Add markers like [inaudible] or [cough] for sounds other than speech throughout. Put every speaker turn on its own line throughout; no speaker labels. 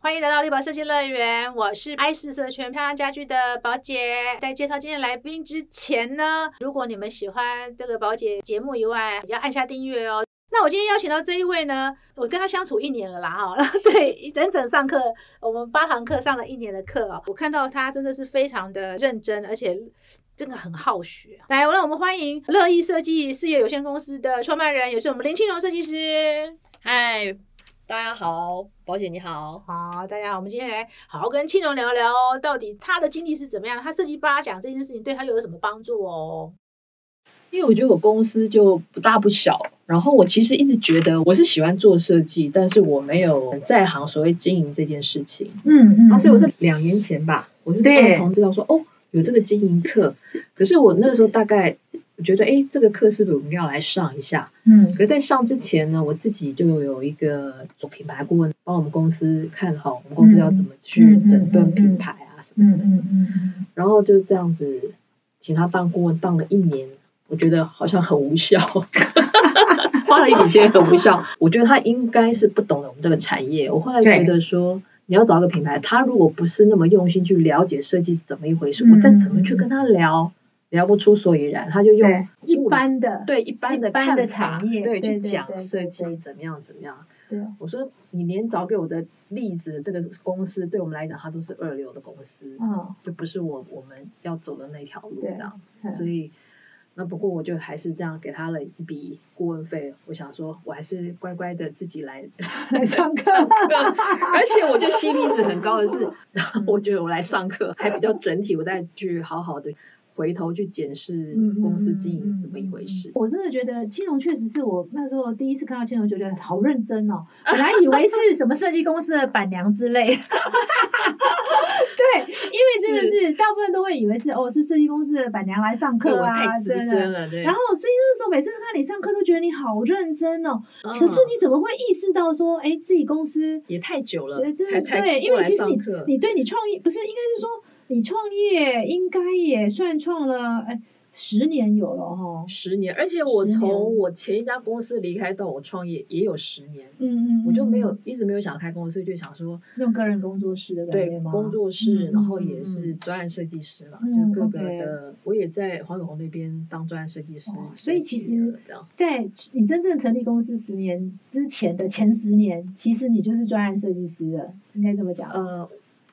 欢迎来到立宝设计乐园，我是爱试色全漂亮家居的宝姐。在介绍今天来宾之前呢，如果你们喜欢这个宝姐节目以外，也要按下订阅哦。那我今天邀请到这一位呢，我跟他相处一年了啦哈、 [laughs] 哦，对，整整上课我们八堂课上了一年的课哦，我看到他真的是非常的认真，而且真的很好学。来，让我们欢迎乐意设计事业有限公司的创办人，也是我们林青荣设计师。
嗨，大家好，宝姐你好。
好，大家好，我们今天来好好跟青龙聊聊哦，到底他的经历是怎么样？他设计八奖这件事情对他又有什么帮助哦？
因为我觉得我公司就不大不小，然后我其实一直觉得我是喜欢做设计，但是我没有很在行所谓经营这件事情。
嗯嗯
然后所以我是两年前吧，我是
对
刚从知道说哦有这个经营课，可是我那个时候大概觉得哎这个课是不是我们要来上一下？
嗯
可是在上之前呢，我自己就有一个做品牌顾问帮我们公司看好我们公司要怎么去
嗯嗯
整顿
嗯嗯
品牌啊什么什么什么。
嗯
然后就这样子请他当顾问，当了一年，我觉得好像很无效， [laughs] 花了一笔钱很无效。我觉得他应该是不懂得我们这个产业。我后来觉得说，你要找一个品牌，他如果不是那么用心去了解设计是怎么一回事，
嗯
我再怎么去跟他聊，聊不出所以然，他就用
对一般的，
对一般的
一般的
看法
产业对
对去
对对
讲
对
设计
对
怎么样怎么样。
对
我说你连找给我的例子，这个公司对我们来讲，它都是二流的公
[laughs]
司。
嗯，
就不是我我们要走的那条路
对
这样，
嗯
所以那不过我就还是这样给他了一笔顾问费，我想说我还是乖乖的自己来 [laughs] 来上课，而且我觉得 CP 值很高的是，我觉得我来上课还比较整体，我再去好好的回头去检视
嗯
公司
嗯
经营
嗯
是怎么一回
[laughs]
事。
我真的觉得青龙确实是我那时候第一次看到青龙，就觉得好认真哦，本来以为是什么设计公司的 [laughs] 板娘之类。对，因为真的是大部分都会以为是哦，是设计公司的板娘来上
对
课
我
啊，
太资
真
深
的。
了，对。
然后，所以那时候每次看你上课都觉得你好认真哦。
嗯
可是你怎么会意识到说，哎，自己公司
也太久了
对，，就是
才才
对，因
过
为
来
其实
上
你
课。
你对你创业不是应该是说你创业应该也算创了哎十年有了哦哈，
十年，而且我
十年
从我前一家公司离开到我创业也有十年，
嗯嗯，
我就没
嗯
有
嗯
一直没有想开公司，就想说
用个人工作室的感
对
觉吗？
工作
嗯
室，然后也
嗯
是专案设计师嘛，
嗯
就各个
OK
的，我也在黄永红那边当专案设计师
哦，
设
所以其
计了
实
这样
在你真正成立公司十年之前的前十年，其实你就是专案设计师了，应该这么讲。
呃。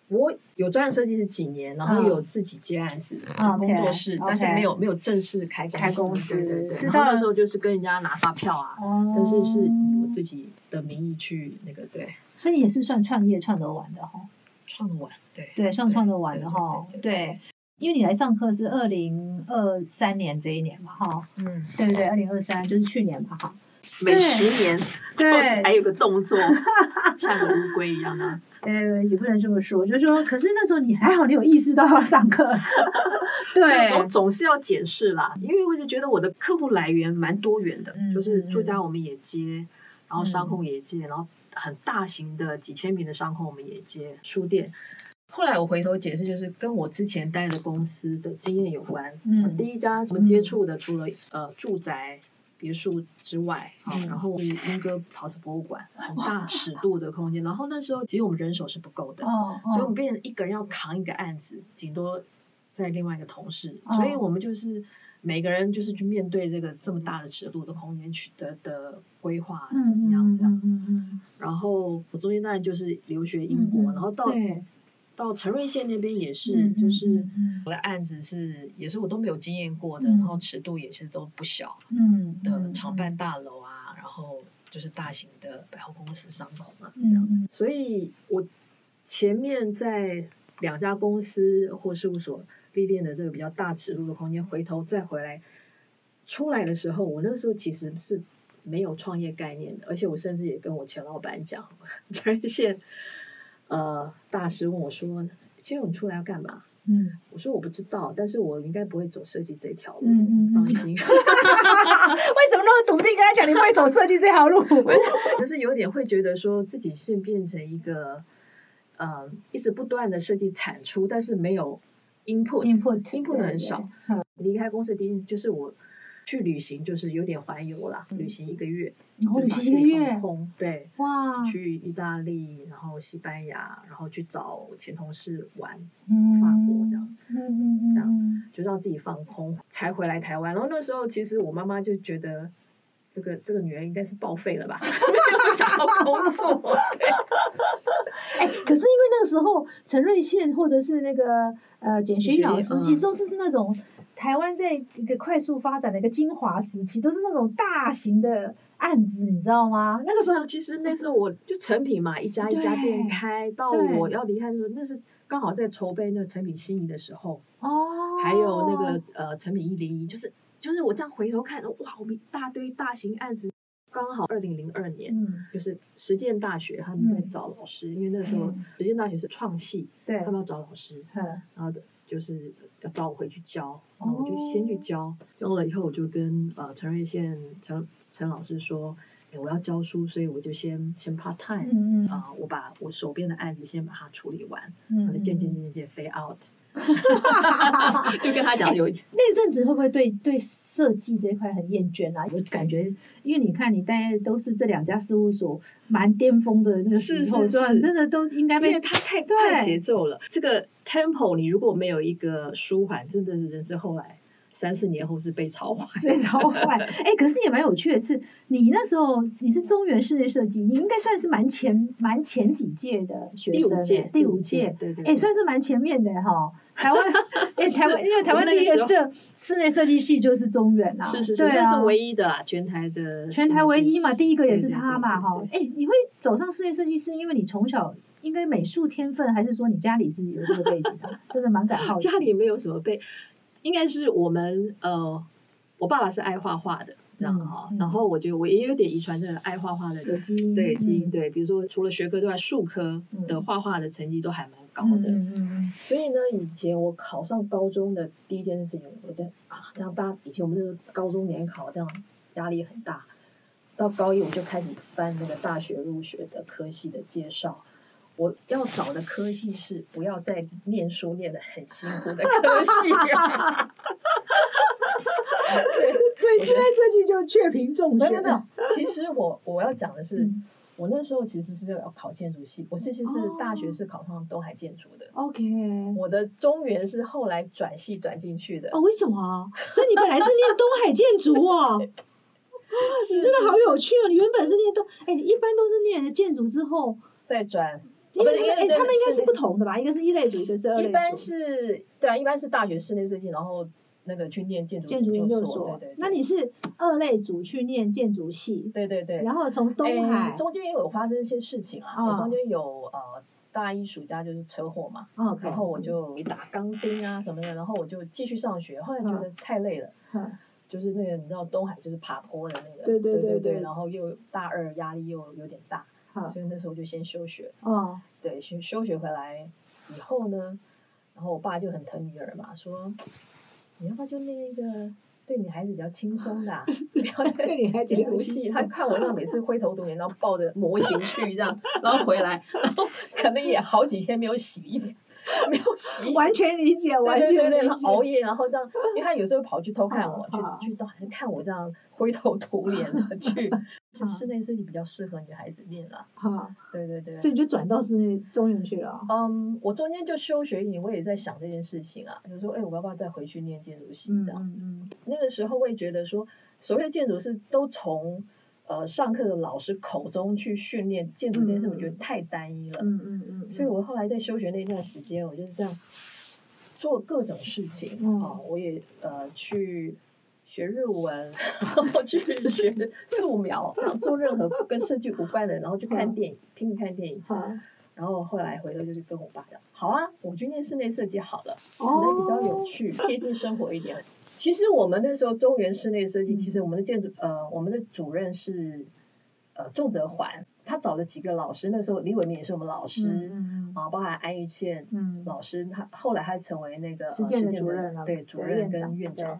我有专案设计是几年，然后
嗯
有自己接案子、
OK，
工作室
OK
但是没有没有正式开
开公司
对对对。
知
然
道
后那
了
时候就是跟人家拿发票啊，
哦，
但是是以我自己的名义去那个对
所以你也是算创业创得晚的哦哈。
创完对
嗯对，上创的晚
对
了
对
哈
对。对
对，因为你来上课是二零二三年这一年嘛哈，
嗯。
对不对？二零二三就是去年嘛哈。
每
对
十年就
对
才有个动
[laughs]
作，像个乌龟一样啊。
呃，也不能这么说，就是说，可是那时候你还好，你有意识到要上课。 [laughs] 对，
总总是要检视啦，因为我一直觉得我的客户来源蛮多元的，
嗯
就是
嗯
住家我们也接，然后
嗯
商控也接，然后很大型的几千平的商控我们也接，书店。后来我回头解释，就是跟我之前待的公司的经验有关。我
嗯
第一家我们接触的，除了呃住宅、别墅之外，啊
嗯
然后是英歌陶瓷博物馆，很大尺度的空间。然后那时候其实我们人手是不够的， [laughs]
哦，
所以我们
哦
变成一个人要扛一个案子，顶多在另外一个同事，
哦
所以我们就是每个人就是去面对这个这么大的尺度的空间去的的规划啊
嗯
怎么样
嗯
这样。
嗯嗯嗯
然后我中间当然就是留学
嗯，
英国，
嗯
然后到
对
到陈瑞县那边也是，
嗯嗯
就是
嗯
我的案子是也是我都没有经验过的，
嗯
然后尺度也是都不小
嗯
的
嗯
厂办大楼啊，然后就是大型的百货公司商场啊这
嗯
样。
嗯
所以我前面在两家公司或事务所历练的这个比较大尺度的空间，回头再回来出来的时候，我那时候其实是没有创业概念的，而且我甚至也跟我前老板讲，陈现呃大师问我说：“其实你出来要干嘛？”
嗯
我说我不知道，但是我应该不会走设计这条路，
嗯嗯嗯
放心。
[laughs] 为什么那么笃定跟他讲你不会走设计这条路？
就是有点会觉得说自己是变成一个，呃，一直不断的设计产出，但是没有 input，
input
input 很少。离开公司的第一就是我去旅行就是有点环游啦，
嗯
旅行一个月，
我旅
就把
行一个
自己放
月，啊
空，对，
[laughs] 哇，
去意大利，然后西班牙，然后去找前同事玩，
嗯
法国这样，
嗯嗯嗯
这样
嗯，
就让自己放空，才回来台湾。然后那时候其实我妈妈就觉得。这个这个女人应该是报废了吧？ [laughs] 没有想要工
[laughs]
作，
哎、可是因为那个时候陈瑞宪或者是那个呃简
简
学宇
学
老
宇
师，其
嗯
实都是那种台湾在一个快速发展的一个精华时期，都是那种大型的案子，你知道吗？那个时
是
候，
啊，其实那时候我就成品嘛，一家一家店
对
开，到
对
我要离开的时候，那是刚好在筹备那个成品心仪的时候，
哦，
还有那个呃成品一零一，就是就是我这样回头看，哇，我们一大堆大型案子，刚好二零零二年。
嗯，
就是实践大学他们在
嗯
找老师，因为那个时候
嗯
实践大学是创系，
对，
他们要找老师，
嗯
然后就是要找我回去教，然后我
哦
就先去教，教了以后我就跟呃陈瑞宪陈陈老师说，哎，我要教书，所以我就先先 part time
嗯嗯
啊、我把我手边的案子先把它处理完，然
嗯，
后就渐渐
嗯
渐渐渐 fade
[laughs]
out，就跟他讲有
那阵子会不会对对设计这一块很厌倦啊？我感觉，因为你看，你大概都是这两家事务所蛮巅峰的那个时
是是
候，
是
吧真的都应该
因
被
为它太
对
快节奏了。这个 tempo 你如果没有一个舒缓，真的是人是后来三四年后是被 [laughs] 超坏。
[laughs] 被超坏。哎、可是也蛮有趣的是，你那时候你是中原室内设计，你应该算是蛮前蛮前几届的学
第
生、
五届
哎，第五届，，
对对
哎、
对，
算是蛮前面的哈。台湾，哎、台湾，因为台
我
湾
们那
第一个
个
设室内设计系就是中原啊，
是是是，
对
那
啊
是。唯一的啦，全台的，
全台唯一嘛，第一个也是他嘛，
对
哈。哎、你会走上室内设计，是因为你从小应该美术天分，还是说你家里是有这个背景的？真的蛮感好奇。
家里没有什么被，应该是我们呃，我爸爸是爱画画的，这样哈
嗯嗯。
然后我觉得我也有点遗传这个爱画画的
有基因，
对基因，
嗯，
对，比如说除了学科之外，术科的
嗯
画画的成绩都还蛮高
嗯
的。
嗯嗯
所以呢，以前我考上高中的第一件事情，我觉得啊，这样大以前我们那个高中联考这样压力很大。到高一我就开始翻那个大学入学的科系的介绍，我要找的科系是不要再念书念得很辛苦的科系、啊。对，所以
室内设计就确评中
没有
选
没有没有， [laughs] 其实我我要讲的是，
嗯
我那时候其实是要考建筑系，我其实是大学是考上东海建筑的。
，OK。
我的中原是后来转系转进去的，
哦，为什
啊
么？所以你本来是念东海建筑
[laughs]
哦，你真的好有趣哦！你原本是念东，
哎、一般都是念了建筑之后，
再转，
因为他
哦不是
们哎、
因为
他们应该
是
是不同的吧？一个是一类组，一个是二类
一
组。
般是对啊，一般是大学室内设计，然后那个去念建筑
建筑研究
所，
所
对对。
那你是二类组去念建筑系，
对对对，
然后从东海哦
哎，中间有发生一些事情啊，
嗯
我中间有呃大一暑假就是车祸嘛，
哦，
然后我就打钢钉啊什么的，然后我就继续上学，后来觉得太累了。
嗯
就是那个你知道东海就是爬坡的那个，
对对
对
对
对
对嗯
然后又大二压力又有点大，
好
所以那时候就先休学， [laughs]
哦，
对，休休学回来以后呢，然后我爸就很疼女儿嘛，说你要不要就念一个对女孩子比较轻松的、啊，
[laughs]
不要
对女孩子比
读游
较轻
戏。
松
他看我那每次灰头土脸，然后抱着模型去这样，然后回来，然后可能也好几天没有洗衣服，没有洗衣
[laughs]
服。
完全理解，完
对对对
全
对，
理
然
解。
后熬夜，然后这样，因为他有时候跑去偷看我，
啊
去去到看我这样灰头土脸的去，
啊
就室内设计比较适合女孩子练啦。
哈，
对对对。
所以你就转到室内中原去了哦。
嗯，我中间就休学一年，我也在想这件事情啊，就说，哎，我要不要再回去念建筑系
嗯
这样？
嗯
那个时候会觉得说，所谓的建筑师都从呃上课的老师口中去训练建筑这件事，
嗯嗯
我觉得太单一了。
嗯嗯嗯，
所以我后来在休学那段时间，我就是这样做各种事情啊、
嗯
我也呃去学日文， [laughs] 然后去学素描，然后做任何跟设计无关的，然后去
嗯
看电影，拼命看电影。
好
然后后来回头就是跟我爸讲，好啊，我们去念室内设计好了，可能比较有
哦，
趣，贴近生活一点。 [laughs] 其实我们那时候中原室内设计，
嗯
其实我们的建筑呃，我们的主任是呃仲泽环，他找了几个老师，那时候李伟民也是我们老师，
嗯嗯
啊，包含安玉倩
嗯，
老师，他后来还成为那个呃
实践的主
的
任了，
对主任跟院长。，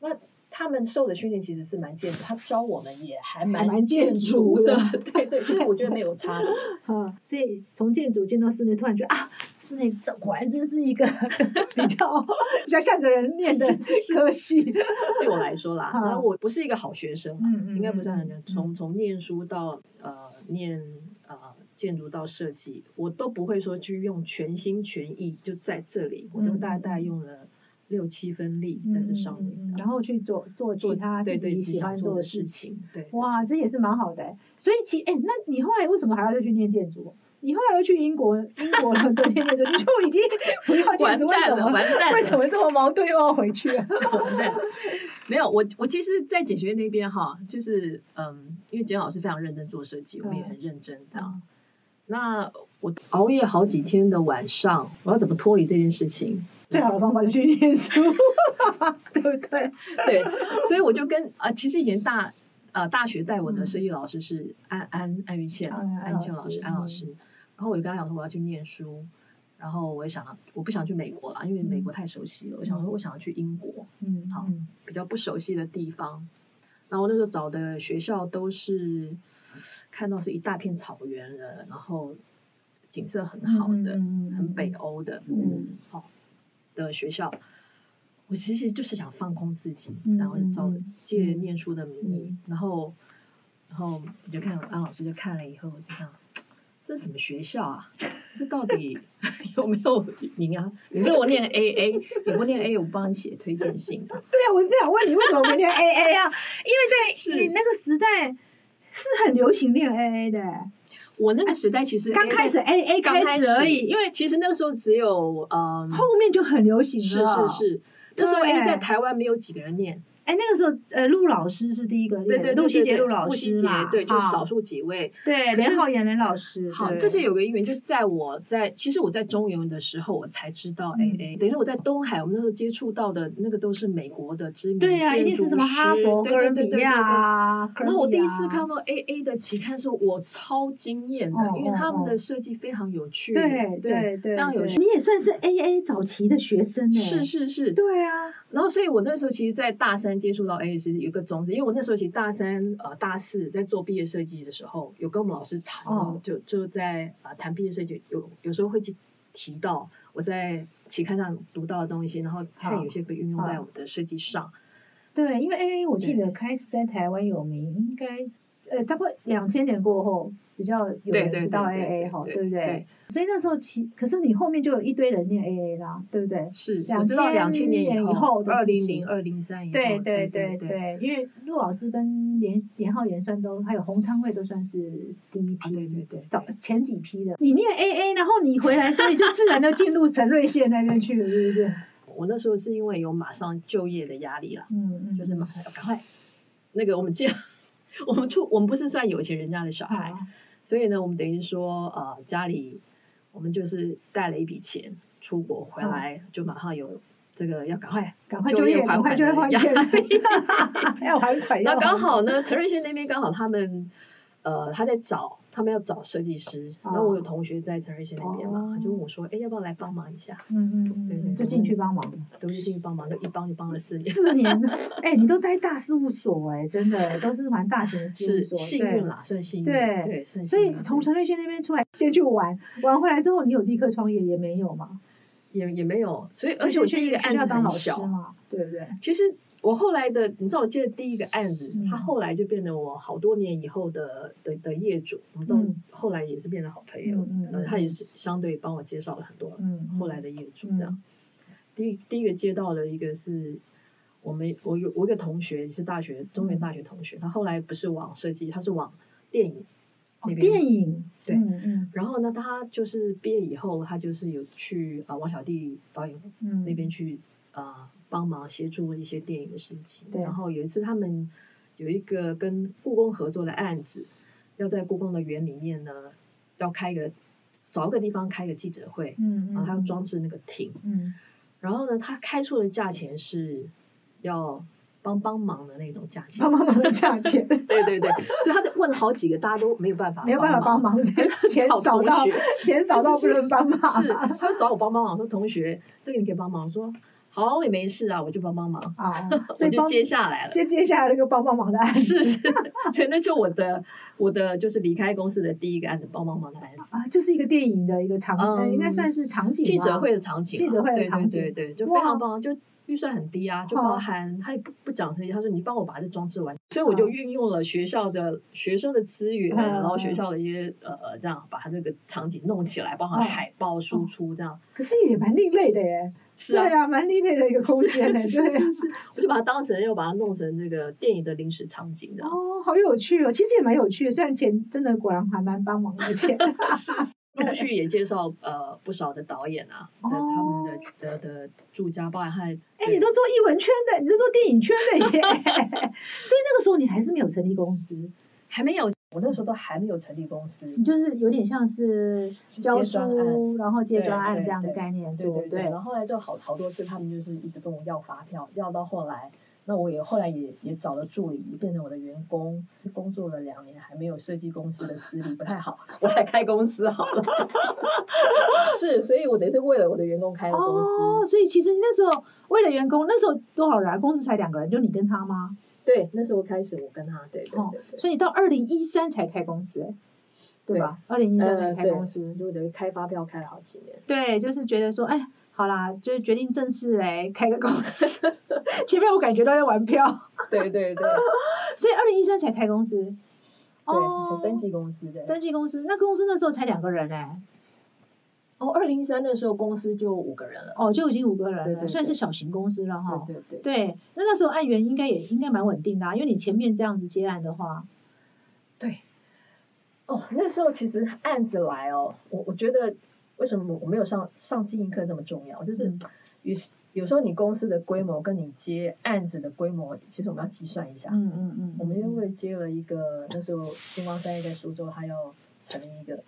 那他们受的训练其实是蛮建筑，他教我们也还
还蛮建
建筑
筑的
[laughs] 对对，所以我觉得没有差。
嗯啊，所以从建筑进到室内，突然觉得啊，室内这果然真是一个 [laughs] 比较比较像个人念的科系。
对我来说啦，
好
然后我不是一个好学生啊，
嗯嗯，
应该不是很
嗯
从从念书到呃念呃建筑到设计，我都不会说去用全心全意就在这里，我就
嗯
大概用了六七分力在这上面，
嗯嗯嗯然后去做做
做
其他
对
自
对
己
自己
喜
想
欢
做
的
事
情。，
对。
哇，这也是蛮好的欸、所以其哎、那你后来为什么还要再去念建筑？你后来又去英国，英国伦敦念建筑，你就已经 [laughs] 不要建
完
筑，为什
蛋了，
么？
完蛋了！
为什么这么矛盾又要回去啊？
没有，我我其实，在简学院那边哈，就是嗯，因为简老师非常认真做设计，我们也
嗯
很认真的。
嗯
那我熬夜好几天的晚上，我要怎么脱离这件事情？ [laughs]
最好的方法就去念书，对不对？
对，所以我就跟啊、其实以前大呃大学带我的设计老师是安安安云倩
嗯安安
安云倩
老
老
师嗯
师安老师，然后我就跟他讲说我要去念书，然后我也想我不想去美国啦，因为美国太熟悉了，我想说我想要去英国。
嗯，
好
嗯
比较不熟悉的地方。然后那时候找的学校都是看到是一大片草原的，然后景色很好的，
嗯嗯嗯
很北欧的，
嗯，
好、的学校。我其实就是想放空自己，
嗯
然后就找
嗯嗯
借念书的名义，
嗯
然后然后我就看安老师就看了以后，我就想这是什么学校啊？这到底 [laughs] 有没有名啊？你给我念 A A，你不念 A，我帮你写推荐信。
对啊，我是想问你，为什么不
[laughs]
念 AA 啊？因
是
为在你那个时代是很流行念 AA 的欸，
我那个时代其实
刚开始
A-
AA
刚开
开
始
始而已，因为
其实那个时候只有嗯，
后面就很流行
是
了。
是是，那时候
对
A 在台湾没有几个人念，
哎，那个时候，呃，陆老师是第一个练
对
的，
对
陆
对
希
对
杰
对，
陆老
陆希
师
杰
嘛，
对，就是
好
少数几位。
对，
可是
连浩然连老师，
好，
对
这些有个因缘，就是在我在其实我在中原的时候，我才知道
嗯
A A。等于说我在东海，我们那时候接触到的那个都是美国的知名
对啊，一定
建筑
是什么哈
师
佛、
对
哥
对
伦
对
比
对对
亚
对
啊。哥
然
伦
后我
比
第一次
亚
看到 A A 的期刊的时候，我超惊艳的
哦，
因为他们
哦哦
的设计非常有趣。
对
对，
对对，
非常有
对
趣
你也算是 AA 早期的学生呢，
是，是是，
对啊，
然后，所以我那时候其实，在大三接触到 A 是有一个种子，因为我那时候其实大三呃大四在做毕业设计的时候，有跟我们老师谈论，
哦
就就在啊、呃谈毕业设计，有有时候会去提到我在期刊上读到的东西，然后看
好
有些可以运用在
好
我的设计上。
对，因为 AA 我记
对
得开始在台湾有名，应该呃，差不多两千年过后比较有
对
人
对
知
对
道
对
AA
对
哈，
对
对不对
对？
所以那时候其，可是你后面就有一堆人念 AA 啦，对不对？
是，我知道两千
2000
年
年以
后
后，的
二
事
零
情
零二零三以后，
对
嗯哦对
对
对。
对，因为陆老师跟连连浩言算都，还有洪昌慧都算是第一
啊
批，
对对对
早前几批的。你念 A A，然后你回来，所以就自然就进入陈瑞宪那边去了，是不是？
我那时候是因为有马上就业的压力了，
嗯嗯，
就是马上要赶快那个我们这样，我们出我们不是算有钱人家的小孩。
好
所以呢，我们等于说，呃，家里我们就是带了一笔钱出国回
哦
来，就马上有这个要赶快
赶快
就
就
业
业，
还
赶快
款
就业
的
还
压
钱
力，
要还款。 [laughs]
那
要
刚
还款
好呢，陈瑞轩那边刚好他们，呃，他在找，他们要找设计师。
哦
然后我有同学在陈瑞轩那边嘛，
哦
他就问我说，哎，要不要来帮忙一下？
嗯嗯嗯
对对
嗯，就
对
进去帮忙。
都是进去帮忙，就一帮就帮了四年，
四年，哎，你都待大事务所，哎，真的都是蛮大型的事务
是
所，
幸
对
运啦，嗯算幸运，
对
对，算
所
幸运
以从陈瑞轩那边出来，先去玩，玩回来之后，你有立刻创业也没有嘛？
也也没有，所以而且我
去
第一个
学
案
校
子
当
很
老师
小，
嘛，对不对？
其实我后来的，你知道，我记得第一个案子，
嗯
他后来就变成我好多年以后的的的业主，我们到
嗯
后来也是变得好朋友，
嗯嗯嗯
呃他也是相对帮我介绍了很多
嗯，
后来的业主这样。第一第一个接到的一个是。我们我有我有一个同学也是大学中原大学同学，他后来不是往设计，他是往电影
哦
那，边
电影，
对
嗯
然后呢，他就是毕业以后，他就是有去啊、呃王小弟导演
嗯
那边去呃帮忙协助一些电影的事情。
对
然后有一次他们有一个跟故宫合作的案子，要在故宫的园里面呢，要开个找个地方开个记者会，
嗯，嗯
然后他要哦装，置那个亭。
嗯 [laughs]
然后呢，他开出的价钱是要帮帮忙的那种价钱
帮。帮忙的价
[laughs]
钱，
对对对，所以他就问了好几个，大家都没有办法，
没有办法帮。忙， [laughs]
[laughs]
钱
找
找
同
到
学，
钱找到
是
不
是
能帮忙，
是，他就找我帮帮忙，我说同学，这个你可以帮忙。我说好，我也没事啊，我就帮帮忙， [laughs]
啊，
我
所以
就
帮
接下来了。 [laughs]
接接下来那个帮帮忙的案子，
是是，所以那就我的我的就是离开公司的第一个案子，帮帮忙的案子，
啊，就是一个电影的一个场，呃
嗯
应该算是场景吧
记者会的场景啊，
记者会的
对对
场景
对对，就非
哇
常棒，就预算很低啊，就
哇
包含他也不不讲这些，他说你帮我把这装置完，所以我就
哇
运用了学校的学生的资源，
嗯
然后
嗯
学校的一些呃这样把他这个场景弄起来，包含
哦
海报输出这样，
可是也蛮另类的耶，
是
对
啊。
啊，蛮另类的一个空间呢，
是
对啊
是，是，我就把它当成又把它弄成那个电影的临时场景，然后
哦，好有趣哦，其实也蛮有趣的，虽然钱真的果然还蛮帮忙的钱，哎
陆续也介绍呃不少的导演啊，的他们的的的住家，包含还
哎，
对
你都做艺文圈的，你都做电影圈的耶，所以 [laughs] 那个时候你还是没有成立公司，
还没有，嗯我那时候都还没有成立公司，
你就是有点像是教
接专案
书，然后接
对
专案
对
这样的
对
概念
对
做，
对对，然后后来就好好多次，他们就是一直跟我要发票，要到后来，那我也后来也也找了助理，变成我的员工，工作了两年还没有设计公司的资历，不太好，我来开公司好了。 [laughs] 是，所以我等于是为了我的员工开了公司。
哦，所以其实那时候为了员工，那时候多少人啊？公司才两个人，就你跟他吗？
对，那时候开始我跟他，对对
哦
对，对。
所以你到二零一三才开公司，对
对
吧？二零一三才
呃
开
对
公司，
就等于开发票开了好几年，
对，就是觉得说，哎，好啦，就是决定正式来开个公
[laughs]
司。前面我感觉都在玩票，
[laughs] 对对 [laughs] 对，
所以二零一三才开公司。
对，登
哦
记公司的。
登记公司，那公司那时候才两个人哎，
哦，二零一三那时候公司就五个人了，
哦，就已经五个人了，
对对对
算是小型公司了哈。
对对对，
对，那那时候案源应该也应该蛮稳定的、啊，因为你前面这样子接案的话，
对，哦，那时候其实案子来哦，我我觉得为什么我没有上上经营课这么重要，就是
嗯
有时有时候你公司的规模跟你接案子的规模，其实我们要计算一下。
嗯嗯嗯，
我们因为接了一个那时候星光三月在苏州，他要成立一个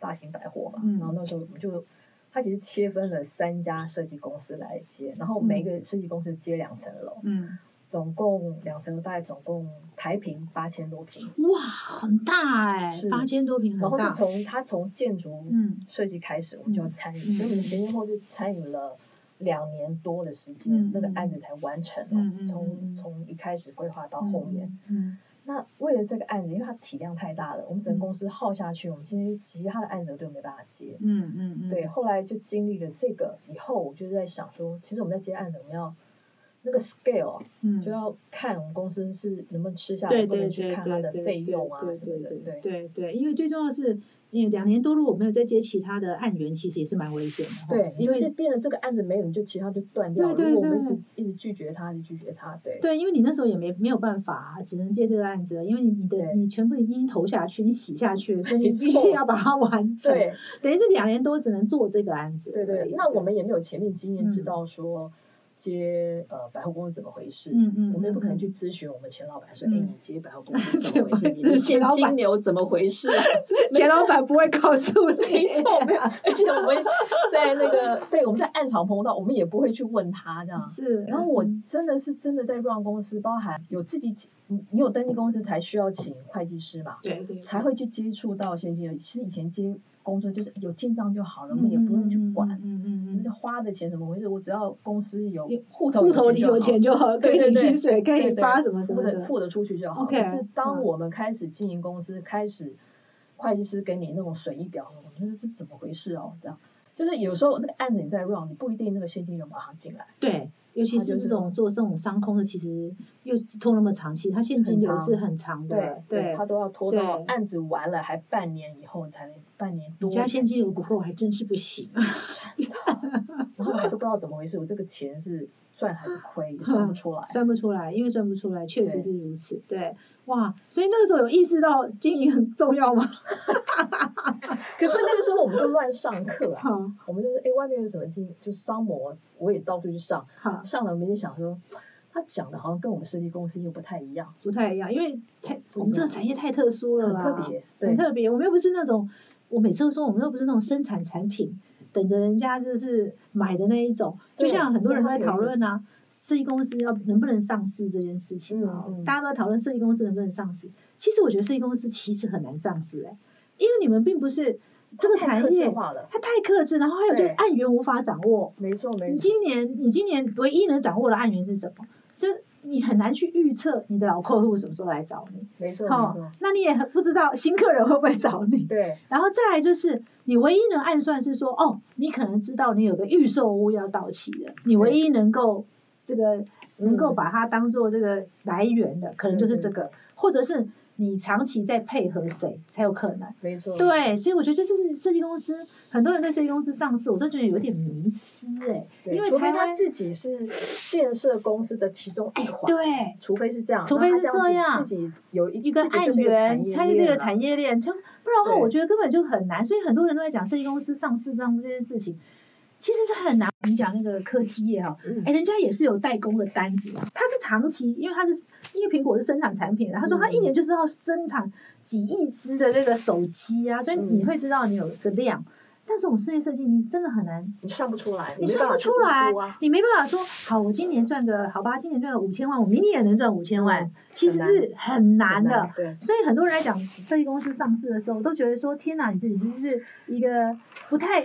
大型百货嘛，
嗯
然后那时候我们就。他其实切分了三家设计公司来接，然后每一个设计公司接两层楼，
嗯，
总共两层楼大概总共台平八千多平，
哇，很大哎、
是
八千多平，
然
很
后是
大。
从他从建筑
嗯
设计开始，我们就要参与，所以我们前前后后就参与了两年多的时间，
嗯
那个案子才完成哦。
嗯嗯嗯嗯
从从一开始规划到后面，
嗯，
那为了这个案子，因为它体量太大了，我们整个公司耗下去，我们今天其他的案子我都没办法接。
嗯嗯嗯嗯，
对，后啊来就经历了这个以后，我就在想说，其实我们在接案子，我们要那个 scale 啊
嗯，
就要看我们公司是能不能吃下来，
对
能不
对
能
对
去
对
看它的
对
费用啊
对
什么的。
对对哦
对
对对，因为最重要的是，因为两年多如果没有再接其他的案源，其实也是蛮危险的哈。
对，
因
因为就
为
变成这个案子没有，你就其他就断掉了。
对对
如果我们一
对
直一直拒绝他，一直拒绝他，对
对，因为你那时候也没没有办法，啊只能接这个案子，因为你你的
对
你全部已经投下去，你洗下去，所以你
没
必须
错
要把它完成。，
对
等于是两年多只能做这个案子而
对
已。
对。那我们也没有前面经验，
嗯
知道说接呃百货公司怎么回事。
嗯嗯，
我们也不可能
嗯
去咨询我们前老板说：“哎，
嗯
你接百货公
[laughs]
司怎
怎
么
么回
回
事
事？你的
前
现
老板
金流怎么回
[laughs]
事啊？”
钱老板不会告诉你。
没错，没有。而且我们在那个，对，我们在暗场碰到，我们也不会去问他这样。
是，
然后我
嗯
真的是真的在 run 公司，包含有自己请，你你有登记公司才需要请会计师嘛？
对对
才会去接触到现金流。其实以前接工作就是有进账就好了，
嗯
我们也不用去管，
嗯嗯嗯
就是
嗯
花的钱怎么回事，我只要公司有
有
户
嗯，
头
户头里有钱
就
就好，
好
可以
对
领
对对
薪水，可
对
以
对
发什么什
付
么
的
的。
付得出去就好。
OK，
可是当
嗯
我们开始经营公司，开始会计师给你那种损益表，我觉得这怎么回事哦？这样就是有时候那个案子你在 run，你不一定那个现金流马上进来。
对，尤其
它
是
就
这
是
种做这种商空的，其实又是拖那么长期，它现金
很
流
长
是很长的。
对，他都要拖到
对
案子完了，还半年以后你才能半年
你
多。
家现金流不够，还真是不行。
然后我还都不知道怎么回事，我这个钱是赚还是亏，也算不出来。
嗯算不出来，因为算不出来，确实
对
是如此。对，哇，所以那个时候有意识到经营很重要吗？
可是那个时候我们就乱上课啊，
好，
我们就是哎、诶外面有什么经，就商模，我也到处去上，
好，
上了我们就想说，他讲的好像跟我们设计公司又不太一样，
不太一样，因为太我
我
们
们
这个产业太特殊了
很
啦，
特别，对
很特别。我们又不是那种，我每次都说我们又不是那种生产产品，等着人家就是买的那一种。就
对
像很多人都在
那它有
讨论啊，设计公司要能不能上市这件事情啊，
嗯嗯
大家都在讨论设计公司能不能上市。其实我觉得设计公司其实很难上市哎、因为你们并不是这个
太
产
客
业
制，化了，
它太克制，然后还有就是
对
案源无法掌握。
没错没
你
错，
今年你今年唯一能掌握的案源是什么？就是你很难去预测你的老客户什么时候来找你，
没错没
哦
错，，
那你也很不知道新客人会不会找你。 [laughs]
对
然后再来就是，你唯一能暗算是说，哦，你可能知道你有个预售屋要到期了，你唯一能够这个能够
嗯
把它当做这个来源的，可能就是这个，或者是你长期在配合谁才有可能。
没错，
对，所以我觉得这是设计公司，很多人在设计公司上市，我都觉得有点迷失哎、
对
因为
除
台
非他
湾
自己是建设公司的其中一环，
对
除非是这样，
除
然后
非
他
是
这
这
样
样
子自己有一
一个
自己
案
就是一
源，它就是一个
产业啊
产业链，就不然的话，
对
我觉得根本就很难。所以很多人都在讲设计公司上市这样这件事情，其实是很难。你讲那个科技业啊、
链了，
哎，人家也是有代工的单子啊，它是长期，因为它是因为苹果是生产产品的，他说他一
嗯
年就是要生产几亿只的这个手机啊，所以你
嗯
会知道你有一个量。但是我们室内设计，你真的很难
你算不出来，
你
没
算
办
不
法去
出来
评估啊，
你没办法说好，我今年赚个好吧，今年赚个五千万，我明年也能赚五千万
嗯，
其实是很难
很
的。， [laughs]
对，
所以很多人来讲设计公司上市的时候，我都觉得说天哪，你这已经是一个不太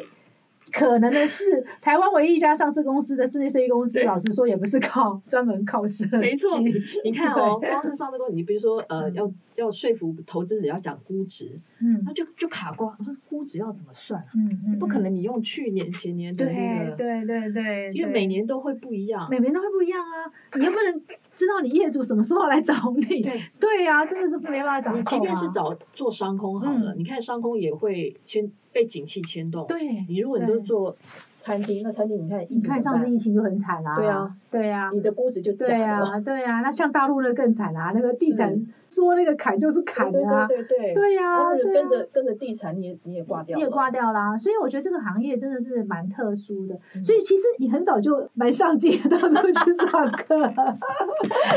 可能的事。台湾唯一一家上市公司的室内设计公司，
对
老实说也不是靠专门靠设计，嗯
没错你看哦，
对
光是上这个，你比如说呃，
嗯
要要说服投资者要讲估值，
嗯
那就就卡关，我说估值要怎么算啊？
嗯嗯，
不可能你用去年前年的那
对
个，
对对对，
因为
对
每年都会不一样。
每年都会不一样啊，你又不能知道你业主什么时候来找你，
对，
对呀、真的是没办法掌控、啊。嗯
你即便是找做商空好了，你看商空也会牵被景气牵动。
对，
你如果你
对
都做餐厅，那餐厅你看疫情
你看
怎么
上次
办
疫情就很惨啊，
对啊，
对啊，
你的估值就
对
假了。
啊，对啊，那像大陆那更惨啊，那个地产说那个砍就是砍
对
的啊，
对对对，
对呀，
或者
对
跟
啊。
着跟着地产，你也你也挂掉，
你也挂，掉啦，所以我觉得这个行业真的是蛮特殊的，
嗯
所以其实你很早就蛮上进的，到 [laughs] 处去上
[laughs]
课，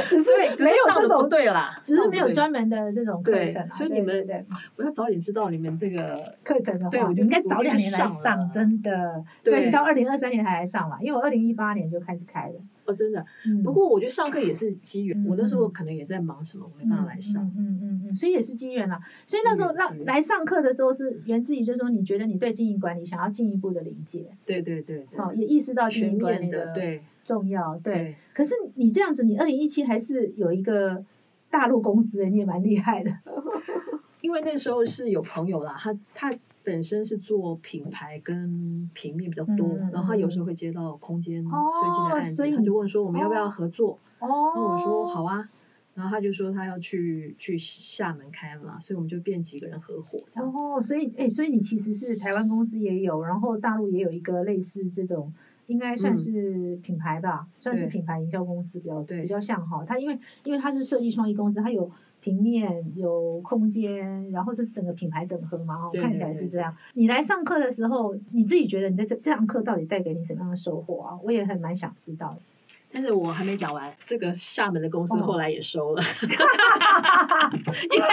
只是
对，只
没
是
有
上
这
的不
种，
对啦，
只是
上
没
得
有
不对
专门的这种课
对
程啊。
所以
对
你
对
们
对
我要早点知道你们这个，
课程的
对
话，
我
你
就
应该
我
早
就
两
去
年来
上了
上，真的。对，
对
你到二零二三年才来上嘛，因为我二零一八年就开始开了。
哦，真的。
嗯
不过我觉得上课也是机缘，我那时
嗯
候
嗯
可能也在忙什么，我没办法来上。
嗯嗯嗯嗯，所以也是机缘啦。所以那时候
机缘
让
机缘
来上课的时候是源自于，就是说你觉得你对经营管理想要进一步的理解，
对对对对，
哦，也意识到经
全
营管
面
理
的，对
重要。对，
对。
可是你这样子，你二零一七还是有一个大陆公司的，你也蛮厉害的。
因为那时候是有朋友啦，他他本身是做品牌跟平面比较多，
嗯嗯
然后他有时候会接到空间
哦
设计的案子，
所以
他
你
就问说我们要不要合作？
哦
[laughs] 那我说好啊，然后他就说他要去去厦门开嘛，所以我们就变几个人合伙这样。
哦，所以哎、所以你其实是台湾公司也有，然后大陆也有一个类似这种，应该算
嗯
是品牌吧，算是
对
品牌营销公司比较
对
比较像哈。它因为因为它是设计创意公司，它有平面、有空间，然后就是整个品牌整合嘛，哦，
对
看
对
起来
对
是这样。你来上课的时候，你自己觉得你在这这堂课到底带给你什么样的收获啊？我也很蛮想知道的。
但是我还没讲完，这个厦门的公司
哦
后来
[laughs]
也收了，因为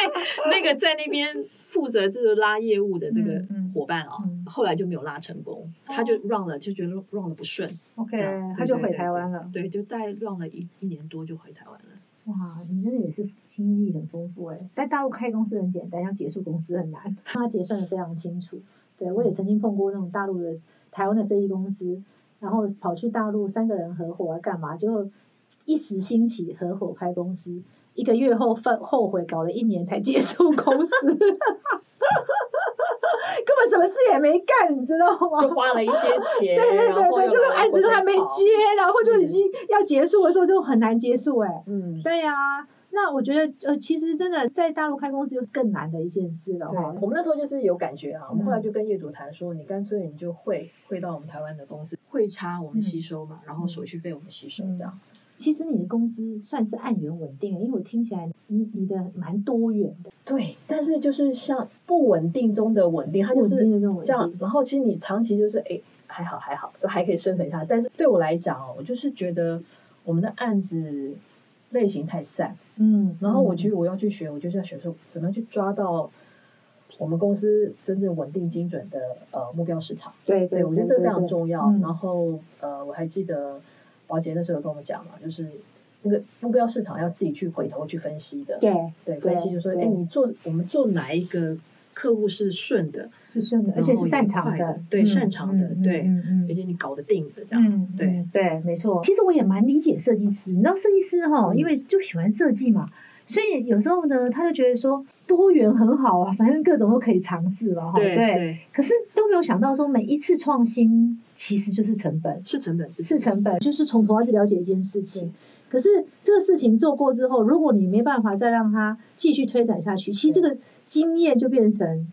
那个在那边负责就是拉业务的这个
嗯嗯
伙伴啊、
嗯哦
后来就没有拉成功，他就 run 了，就觉得 run 的不顺，
OK，
这样
他
对
就
对
回
对
台
对
湾了。
对，就大概 run 了一一年多就回台湾了。
哇，你真的也是经历很丰富哎、在大陆开公司很简单，要结束公司很难，他结算的非常清楚。对我也曾经碰过那种大陆的台湾的设计公司，然后跑去大陆三个人合伙啊干嘛，结果一时兴起合伙开公司，一个月后犯后悔搞了一年才结束公司，根本什么事也没干，你知道吗？
就花了一些
对
钱，
对对
然后
对，
又
这
来
个案子都
回
还没
跑
接，然后就已经要结束的时候就很难结束哎、
嗯，
对呀、那我觉得呃，其实真的在大陆开公司就更难的一件事了
对
哈。
我们那时候就是有感觉啊，我们
嗯
后来就跟业主谈说，你干脆你就汇汇到我们台湾的公司，汇差
嗯
我们吸收嘛，然后手续费我们吸收这样。
其实你的公司算是案源稳定的，因为我听起来你你的蛮多元的，
对，但是就是像不稳定中的稳定，它就
稳定
是
的这种稳
这样
定。。
然后其实你长期就是哎，还好还好，都还可以生存下来。但是对我来讲哦，我就是觉得我们的案子类型太散，
嗯，
然后我觉得我要去学，我就是要学说怎么样去抓到我们公司真正稳定精准的呃目标市场。
对
对，我觉得这非常重要。
嗯
然后呃，我还记得宝姐那时候有跟我们讲嘛，就是那个目标市场要自己去回头去分析的。
对
对，
对
分析就说，
对
哎，你做我们做哪一个客户是顺的，
是顺的，而且
然后
是
也
擅长
快
的，
对
嗯
擅长的
嗯
对
嗯嗯
而且你搞得定的这样。
嗯，
对
嗯对，没错。其实我也蛮理解设计师，你知道设计师哈，
嗯
因为就喜欢设计嘛，所以有时候呢，他就觉得说多元很好啊，反正各种都可以尝试了哈。
对对，
可是都没有想到说，每一次创新其实就是成本，
是成本，
是成本，就是从头要去了解一件事情。可是这个事情做过之后，如果你没办法再让它继续推展下去，其实这个经验就变成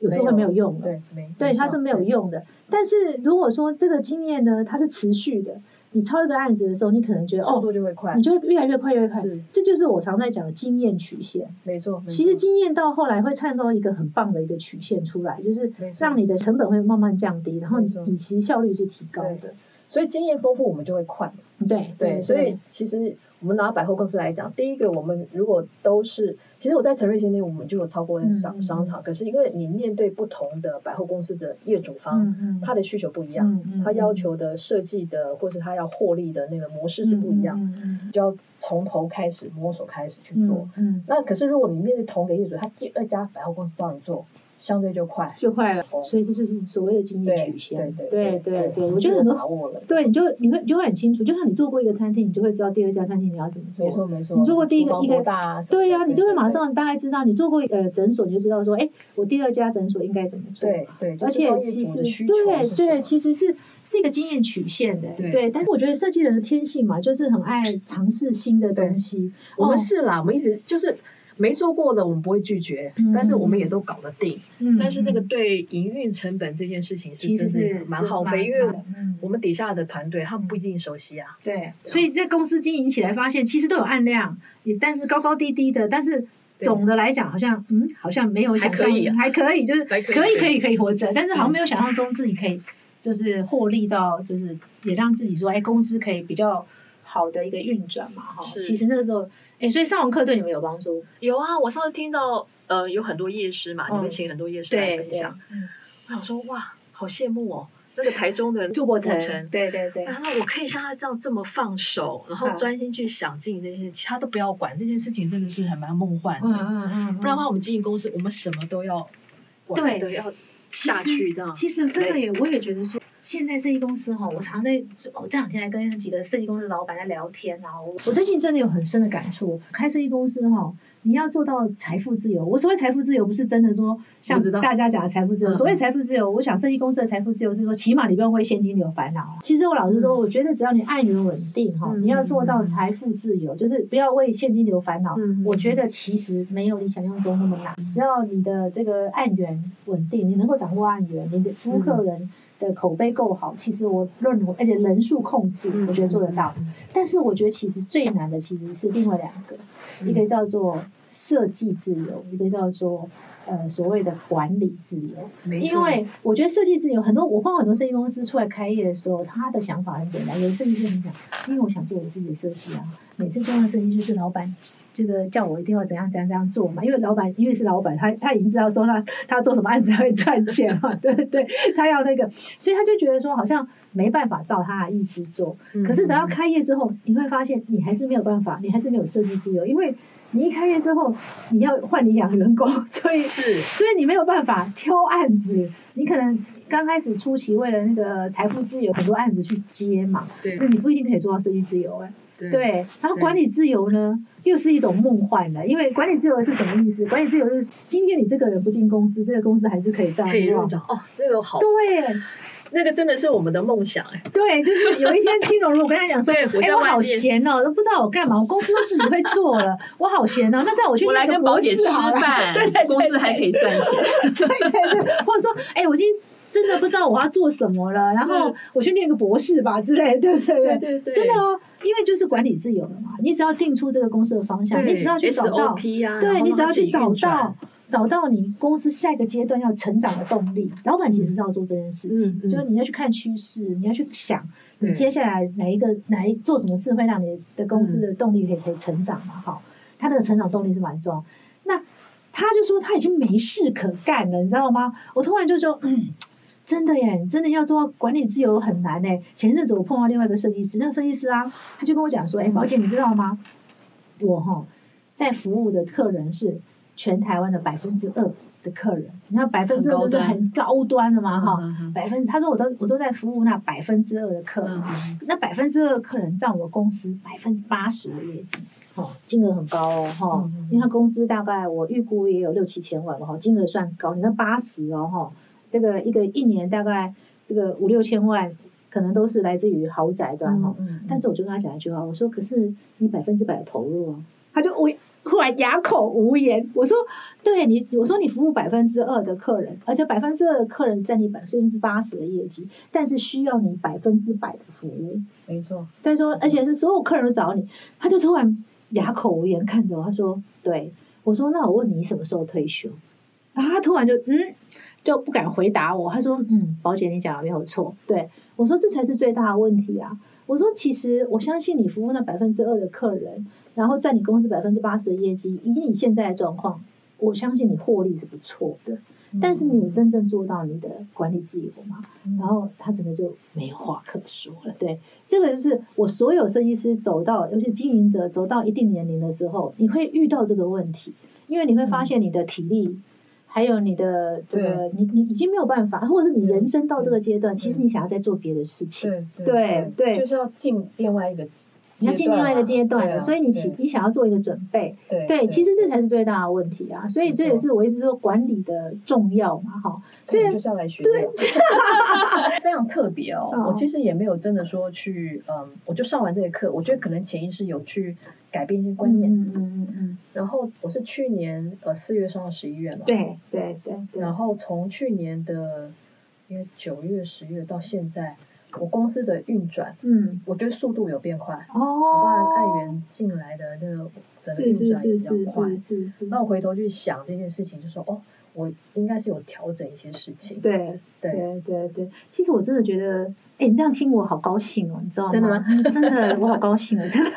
有时候会没有用了。
对，没
对，
没
它
错
是没有
对
用的。但是如果说这个经验呢，它是持续的，你超一个案子的时候，你可能觉得
速
哦，
度就会快
你，就会越来越快，越来越快
是。
这就是我常在讲的经验曲线。
没错。没
其实
错
经验到后来会创造一个很棒的一个曲线出来，就是
没错
让你的成本会慢慢降低，然后
没
你
错
你其实效率是提高的。
所以经验丰富，我们就会快嘛。
嗯对
对，所以其实我们拿百货公司来讲，第一个我们如果都是，其实我在陈瑞贤店，我们就有超过商、
嗯
商场，可是因为你面对不同的百货公司的业主方，
嗯嗯，
他的需求不一样，
嗯嗯
他要求的设计的或是他要获利的那个模式是不一样，，
嗯嗯嗯
就要从头开始摸索开始去
嗯
做。
嗯嗯，
那可是如果你面对同个业主，他第二家百货公司帮你做，相对就快。哦
就坏了。所以这就是所谓的经验
对
曲线。
对
对
对
对对，我觉得很多
把握了，
对，你就你会你就会很清楚，就像你做过一个餐厅，你就会知道第二家餐厅你要怎么做。
没错没错。
你做过第一个
厨房
一个
多大啊什么的
对呀、你就会马
对对
上大概知道，你做过呃诊所，你就知道说，哎，我第二家诊所应该怎么做。，
对对，就
而
是专
且
业
其
组
实
的需求
对
是什
对，
么
其实是是一个经验曲线的。
对
但是我觉得设计人的天性嘛，就是很爱尝试新的东西。
我们
哦
是啦，我们一直就是没做过的，我们不会拒绝，
嗯
但是我们也都搞得定。
嗯
但是那个
嗯
对营运成本这件事情是
其
真
实
是
是
蛮
是
耗费，因
蛮
为
嗯
我们底下的团队他们不一定熟悉啊。
对，所以在公司经营起来，发现其实都有按量，也但是高高低低的，但是
对
总的来讲，好像嗯，好像没有
还
想象
可以啊
还可以，就是
还可
可以
以对嗯
可以可以活着，但是好像没有想象中自己可以就是获利到，就是也让自己说，哎，公司可以比较好的一个运转嘛，哈。
是
其实那个时候，哎，所以上完课对你们有帮助，
有啊，我上次听到呃有很多夜市嘛，
嗯
你们请很多夜
啊
市来
对
分
对，
享，我想说哇，好羡慕哦，那个台中的
朱伯成，对对对
啊
然，后我可以像他这样这么放手，然后
嗯
专心去想经营这些，其他都不要管，这件事情真的是还蛮梦幻的。
嗯嗯嗯，
不然的话，我们经营公司，我们什么都要管
对
的，要
其
下
实
去这样。
其实真的也，我也觉得说，现在设计公司哈，我常在我这两天还跟几个设计公司老板在聊天啊，我我最近真的有很深的感触，开设计公司哈。你要做到财富自由，我所谓财富自由不是真的说像
我知道
大家讲的财富自由。
嗯
所谓财富自由，我想设计公司的财富自由是说，起码你不用为现金流烦恼。啊其实我老实说，我觉得只要你爱你的稳定哈，
嗯
你要做到
嗯嗯
财富自由，就是不要为现金流烦恼。
嗯
我觉得其实没有你想象中那么难，只要你的这个案源稳定，你能够掌握案源，你的服务客人的口碑够好，其实我论我而且人数控制，我觉得做得到。但是我觉得其实最难的其实是另外两个，一
嗯
个叫做设计自由，一个叫做呃所谓的管理自由。
没错
因为我觉得设计自由，很多我碰到很多设计公司出来开业的时候，他的想法很简单，有的设计师很讲，因为我想做我自己的设计啊，每次做的设计就是老板。这个叫我一定要怎样怎样怎样做嘛，因为老板因为是老板，他他已经知道说他他做什么案子会赚钱嘛， [laughs] 对不对？他要那个，所以他就觉得说好像没办法照他的意思做。可是等到开业之后，你会发现你还是没有办法，你还是没有设计自由，因为你一开业之后，你要换你养员工，所以
是
所以你没有办法挑案子，你可能刚开始初期为了那个财富自由，很多案子去接嘛，
对嗯
那你不一定可以做到设计自由哎、
对
对，然后管理自由呢，又是一种梦幻的，因为管理自由是什么意思？管理自由是今天你这个人不进公司，这个公司还是可以照
可以
样
入。账哦，那个好，
对
那个真的是我们的梦想哎。
对，就是有一天金融，我跟他讲说，
对我
哎、
在
我
外
好
面
闲哦，都不知道我干嘛，我公司都自己会做了，我好闲哦，那这样我去
我来
念个
跟宝
博
姐
士
吃
好了 [laughs]
饭
对对，对
公司还可以赚钱。
[laughs] 对对对，或者说，哎、我已经真的不知道我要做什么了，然后我去念个博士吧之类的，对对对，
对对
真的哦，因为就是管理自由了嘛，你只要定出这个公司的方向，你只要去找到，
SOP 啊，然
对
后
你只
让
要
它自
去
己
找
运转
到，。找到你公司下一个阶段要成长的动力，老板其实是要做这件事情，
嗯嗯
就是你要去看趋势，你要去想
对
你接下来哪一个哪一做什么事会让你的公
嗯
司的动力可以可以成长嘛？哈、他那个成长动力是蛮重要。那他就说他已经没事可干了，你知道吗？我突然就说，嗯，真的耶，你真的要做到管理自由很难哎。前阵子我碰到另外一个设计师，那个设计师啊，他就跟我讲说，哎、宝姐，你知道吗？我哈在服务的客人是全台湾的百分之二，的客人，那百分之二都是很
很
高端的嘛哈，
嗯嗯
百分他说我都我都在服务那百分之二的客人
嗯，嗯
那百分之二客人占我公司百分之八十的业绩，哦，金额很高哦，哈、
嗯嗯嗯
因为他公司大概我预估也有六七千万吧，哈，金额算高，你看八十哦，哈、这个一个一年大概这个五六千万，可能都是来自于豪宅端哈、
嗯嗯
但是我就跟他讲一句话，我说可是你百分之百的投入啊，他就我忽然哑口无言。我说对你，我说你服务百分之二的客人，而且百分之二的客人占你百分之八十的业绩，但是需要你百分之百的服务。
没错，
他说，而且是所有客人都找你，他就突然哑口无言看着我，他说：“对。”我说：“那我问你，你什么时候退休？”然后他突然就嗯，就不敢回答我。他说：“嗯，宝姐，你讲的没有错。对”我说：“这才是最大的问题啊！”我说：“其实我相信你服务那百分之二的客人，然后占你公司百分之八十的业绩，以你现在的状况，我相信你获利是不错的。但是你有真正做到你的管理自由吗？”
嗯
然后他整个就没话可说了。对，这个就是我所有设计师走到，尤其经营者走到一定年龄的时候，你会遇到这个问题，因为你会
嗯
发现你的体力，还有你的这个，你你已经没有办法，或者是你人生到这个阶段，其实你想要再做别的事情，
对
对对
就是要进另外一个阶段啊，
你要进另外一个阶段
对
了，
啊
所以你起你想要做一个准备，
对
对，其
实
实这才是最大的问题啊。所以这也
没错
是我一直说管理的重要嘛，哈。所以
就是要来学对， [laughs] 非常特别哦
嗯。
我其实也没有真的说去，嗯，我就上完这个课，我觉得可能潜意识有去改变一些观念。
嗯嗯嗯嗯，
然后我是去年呃四月上到十一月嘛，
对对对对，
然后从去年的因为九月、十月到现在，我公司的运转，
嗯，
我觉得速度有变快，包含
哦，
爱媛进来的那个整个
是
运
是
转也
是
比较
是
快。
是是是，
那我回头去想这件事情，就说哦，我应该是有调整一些事情。
对
对，
对对对，其实我真的觉得，哎、你这样听我好高兴哦，你知道吗？
真的吗
真的，我好高兴哦，真的，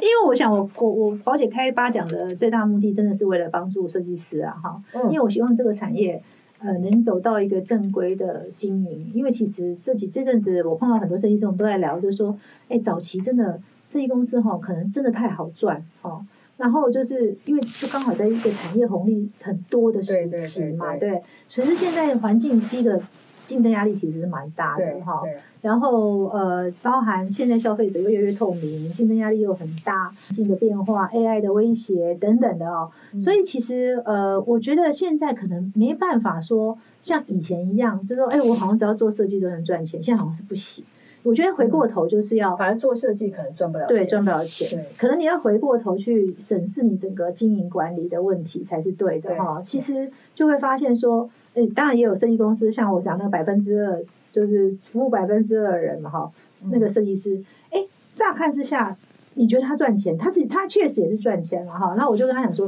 因为我想我，我我宝姐开八讲的最大目的，真的是为了帮助设计师啊，哈，因为
嗯，
我希望这个产业呃能走到一个正规的经营。因为其实这几这阵子我碰到很多设计师，我们都在聊，就是说，哎，早期真的设计公司哈、可能真的太好赚哦。然后就是因为就刚好在一个产业红利很多的时
对对
期嘛，
对
对。可是现在环境第一个竞争压力其实是蛮大的
对
哈。
对，
然后呃，包含现在消费者又越来越透明，竞争压力又很大，环境的变化、AI 的威胁等等的哦。
嗯
所以其实呃，我觉得现在可能没办法说像以前一样，就说哎，我好像只要做设计就能赚钱，现在好像是不行。我觉得回
嗯
过头就是要、
反正做设计可能赚不了
对
钱
赚不了钱，
对
可能你要回过头去审视你整个经营管理的问题才是对的
对
哈。其实就会发现说，呃，当然也有设计公司，像我讲那个百分之二，就是服务百分之二的人嘛哈，
嗯
那个设计师，哎、乍看之下，你觉得他赚钱，他是他确实也是赚钱了哈。那我就跟他讲说，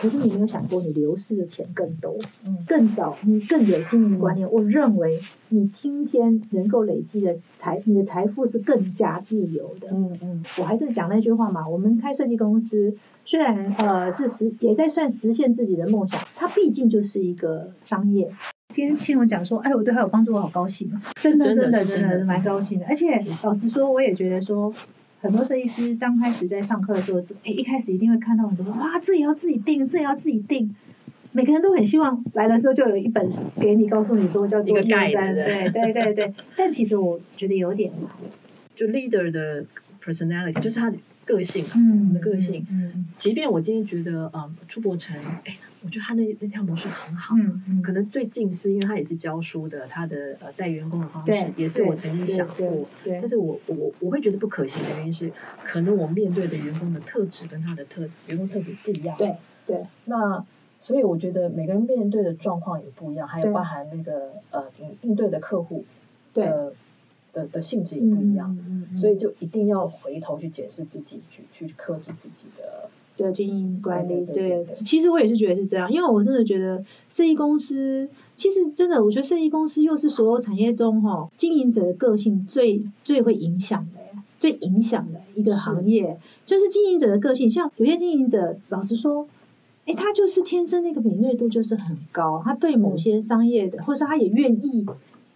可是你有没有想过，你流失的钱更多，
嗯
更早，你更有经营观念。我认为你今天能够累积的财，你的财富是更加自由的。
嗯嗯
我还是讲那句话嘛，我们开设计公司，虽然呃是实也在算实现自己的梦想，它毕竟就是一个商业。今天听我讲说，哎，我对他有帮助，我好高兴啊！真的
真的
真的
是
真
真的
的蛮高兴的。而且老实说，我也觉得说，很多设计师刚开始在上课的时候，哎，一开始一定会看到很多哇，这也要自己定，这也要自己定。每个人都很希望来的时候就有一本给你，告诉你说叫做
一个 guide，
123
对
对对对对。但其实我觉得有点难，
就 leader 的 personality 就是他的个性啊，
嗯
你的个性。
嗯
即便我今天觉得嗯，朱伯成，哎，我觉得他那那条模式很好。
嗯嗯
可能最近是因为他也是教书的，他的呃带员工的方
对
式，也是我曾经想过。
对
但是我我我会觉得不可行的原因是，可能我面对的员工的特质跟他的特员工特质不一样。
对对。
那所以我觉得每个人面对的状况也不一样，还有
对
包含那个呃应应对的客户
对，
的的的性质也呃不一样，
嗯，嗯
所以就一定要回头去检视自己，去去克制自己的。
的经营管理，
对对对
对
对，对
其实我也是觉得是这样，因为我真的觉得设计公司，其实真的，我觉得设计公司又是所有产业中哈、哦、经营者的个性最最会影响的耶。最影响的一个行业就是经营者的个性，像有些经营者，老实说，诶，他就是天生那个敏锐度就是很高，他对某些商业的，或者他也愿意，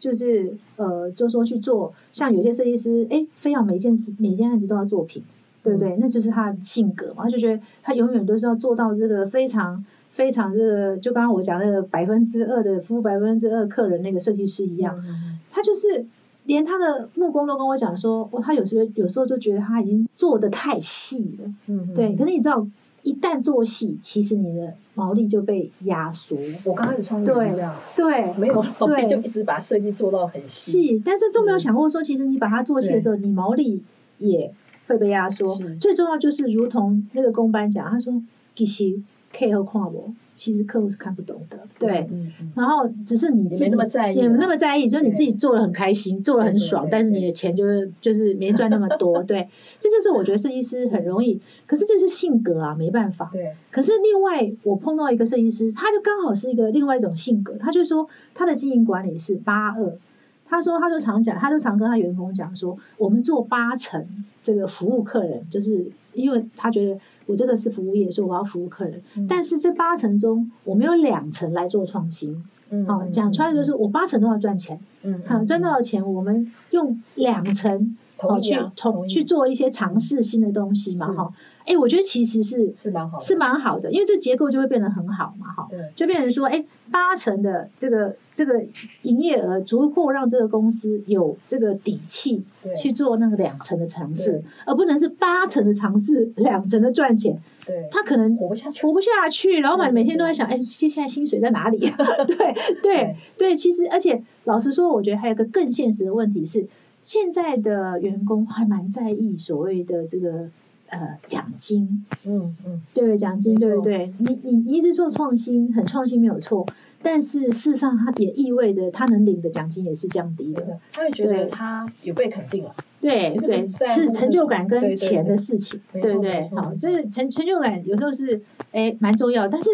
就是呃，就说去做，像有些设计师，诶，非要每件事每件案子都要做平，对不对？那就是他的性格嘛，他就觉得他永远都是要做到这个非常。非常这个，就刚刚我讲那个百分之二的服务百分之二客人那个设计师一样，
嗯
他就是连他的木工都跟我讲说，哦，他有时候有时候就觉得他已经做的太细了，
嗯
对。可是你知道，一旦做细，其实你的毛利就被压缩，
我刚开始创业也是这样，
对，
没有毛
对
病就一直把设计做到很细，
细，但是都没有想过说，其实你把它做细的时候，你毛利也会被压缩
是。
最重要就是，如同那个公班讲，他说其实客户看我，其实客户是看不懂的，对。
嗯，嗯
然后只是你自己
也没那么在意啊
也没那么在意，就是你
对
自己做的很开心，做的很爽，
对对对
但是你的钱就是就是没赚那么
[laughs]
多，对，这就是我觉得设计师很容易，可是这是性格啊，没办法。
对，
可是另外，我碰到一个设计师，他就刚好是一个另外一种性格，他就说他的经营管理是八二。他说，他就常讲，他就常跟他员工讲说，我们做八成这个服务客人，就是因为他觉得我这个是服务业，所以我要服务客人。
嗯
但是这八成中，我们有两成来做创新。
嗯
啊，讲穿了就是，我八成都要赚钱，
嗯，
好、
嗯
赚到的钱我们用两成
同意
去
啊
同
同意
去做一些尝试新的东西嘛，
是
哈。哎，我觉得其实是
是蛮好的，
是蛮好的，因为这结构就会变得很好嘛，哈，
对，
就变成说，哎，八成的这个这个营业额足够让这个公司有这个底气
对
去做那个两成的尝试
对，
而不能是八成的尝试，两成的赚钱，
对，
他可能
活不下去，
活不下去，老板
嗯
每天都在想，哎，现现在薪水在哪里？啊 [laughs] 对对
对
对，其实而且老实说，我觉得还有一个更现实的问题是，现在的员工还蛮在意所谓的这个呃奖金，
嗯嗯，
对奖金，
没
对不
错
对？你你你一直做创新，很创新没有错，但是事实上它也意味着他能领的奖金也是降低
真
的。
的，他会觉
对
得他有被肯定了，
对
其实
对，
不在乎
是成就感
那
跟
个钱
钱的事情，
对
对
对
不
对
对
没？错
好，
没错
这个成成就感有时候是哎蛮重要，但是